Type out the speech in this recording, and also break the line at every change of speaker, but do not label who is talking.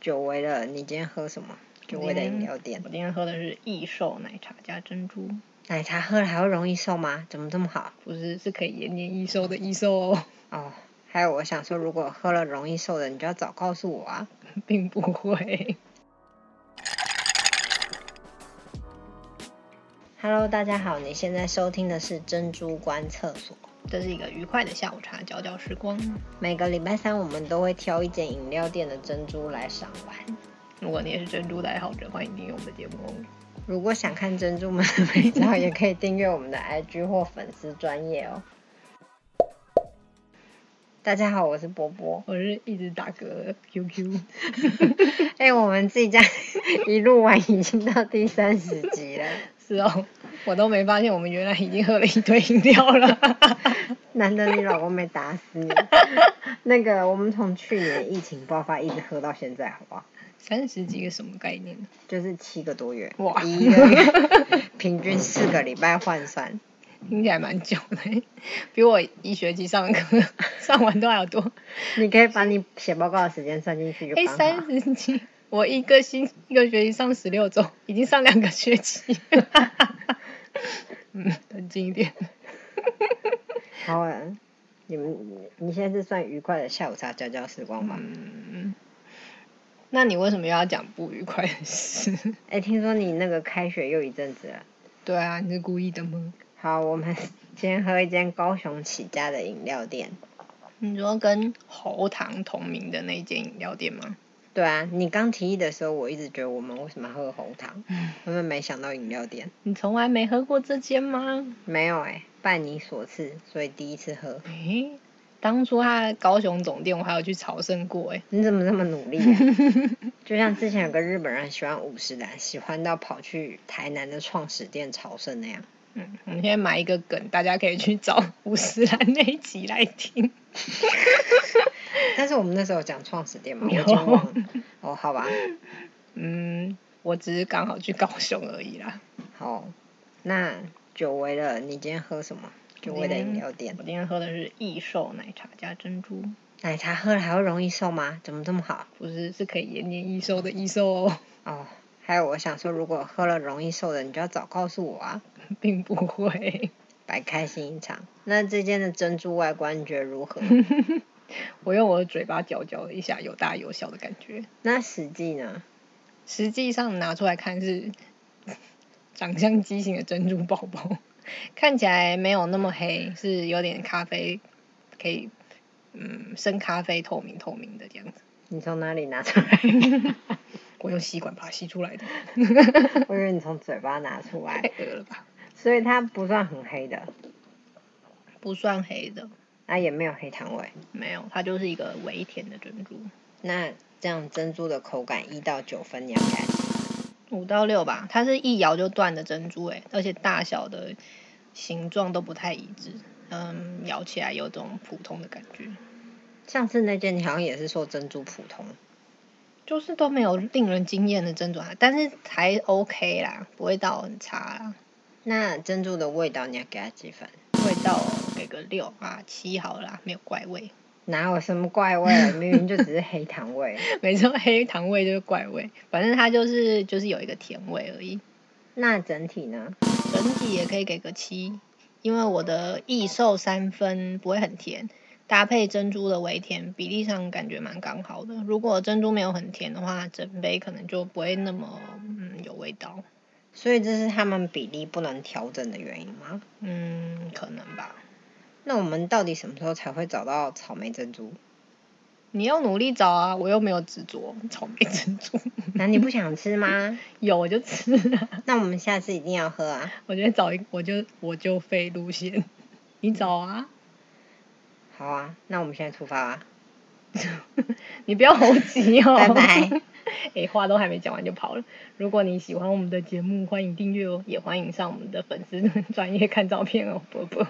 久违了，你今天喝什么？久违的饮料店
嗯我今天喝的是益寿奶茶加珍珠，
奶茶哎喝了还会容易瘦吗？怎么这么好？
不是是可以延年益寿的益寿哦，
哦，还有我想说，如果喝了容易瘦的，你就要早告诉我啊。
并不会。
Hello，大家好，你现在收听的是珍珠观厕所。
这是一个愉快的下午茶，嚼嚼时光。
每个礼拜三我们都会挑一间饮料店的珍珠来赏玩。
如果你也是珍珠的爱好者，欢迎订阅我们的节目哦。
如果想看珍珠们的美照，也可以订阅我们的 IG 或粉丝专业哦。大家好，我是波波。
我是一直打嗝的 QQ，
哎、我们自己家 一路玩已经到第三十集了，
是哦，我都没发现我们原来已经喝了一堆饮料 了。
难得你老公没打死你。 那个，我们从去年疫情爆发一直喝到现在，好不好？
三十几个什么概念？
就是七个多月，
哇
一个月，平均四个礼拜换算。
听起来蛮久的，比我一学期上课上完都还要多。
你可以把你写报告的时间算进去就
哎，
刚好
三。十几，我一个星一个学期上十六周，已经上两个学期 了。嗯，冷静一点。
好啊，你们你现在是算愉快的下午茶交交时光吗？哎、
嗯，那你为什么又要讲不愉快的事？
哎听说你那个开学又一阵子了。
对啊，你是故意的吗？
好，我们 先喝一间高雄起家的饮料店。
你说跟喉糖同名的那一间饮料店吗？
对啊，你刚提议的时候，我一直觉得我们为什么要喝红糖，我们没想到饮料店。
你从来没喝过这间吗？
没有哎、拜你所赐，所以第一次喝。
诶，当初他的高雄总店我还有去朝圣过诶。欸
你怎么这么努力 啊？就像之前有个日本人喜欢五十岚，喜欢到跑去台南的创始店朝圣那样。
嗯，我们现在埋一个梗，大家可以去找 五十岚那一集来听。
但是我们那时候有讲创始店嘛，我
有
已经忘 了。哦，好吧，
嗯，我只是刚好去高雄而已啦。
好，那久违了，你今天喝什么？久违的饮料店
我，今天喝的是益寿奶茶加珍珠，
奶茶喝了还会容易瘦吗？怎么这么好？
不是是可以延年益寿的益寿哦，
哦，还有我想说，如果喝了容易瘦的，你就要早告诉我啊，
并不会。
白开心一场。那这间的珍珠外观你觉得如 何？
我用我的嘴巴嚼嚼了一下，有大有小的感觉。
那实际呢？
实际上拿出来看是长相畸形的珍珠宝宝，看起来没有那么黑，是有点咖啡，可以嗯深咖啡透明透明的这样子。
你从哪里拿出来？
我用吸管把它吸出来的，
我以为你从嘴巴拿出
太
来，
恶了吧？
所以它不算很黑的，
不算黑的，
啊也没有黑糖味。
没有，它就是一个微甜的珍珠，
那这样珍珠的口感一到九分，你要给它
五到六吧，它是一摇就断的珍珠、欸，而且大小的形状都不太一致，嗯，咬起来有种普通的感觉，
上次那件你好像也是说珍珠普通，
就是都没有令人惊艳的珍珠，啊但是还 OK 啦，不会到很差啦，
那珍珠的味道你要给它几分？
味道给个六啊七好啦，没有怪味，
哪有什么怪味？明明就只是黑糖味。
没错，黑糖味就是怪味，反正它就是就是有一个甜味而已。
那整体呢？
整体也可以给个七，因为我的易瘦三分不会很甜，搭配珍珠的微甜，比例上感觉蛮刚好的。如果珍珠没有很甜的话，整杯可能就不会那么嗯有味道，
所以这是他们比例不能调整的原因吗？
嗯可能吧。
那我们到底什么时候才会找到草莓珍珠？
你要努力找啊，我又没有执着草莓珍珠，
那你不想吃吗？
有我就吃啊。
那我们下次一定要喝啊！
我觉得找一个我就我就非路线， 你找啊，
好啊，那我们现在出发啊！
你不要猴急哦。
拜 拜。
诶，话都还没讲完就跑了。如果你喜欢 我们的节目，欢迎订阅哦，也欢迎上我们的粉丝专业看照片哦，啵啵。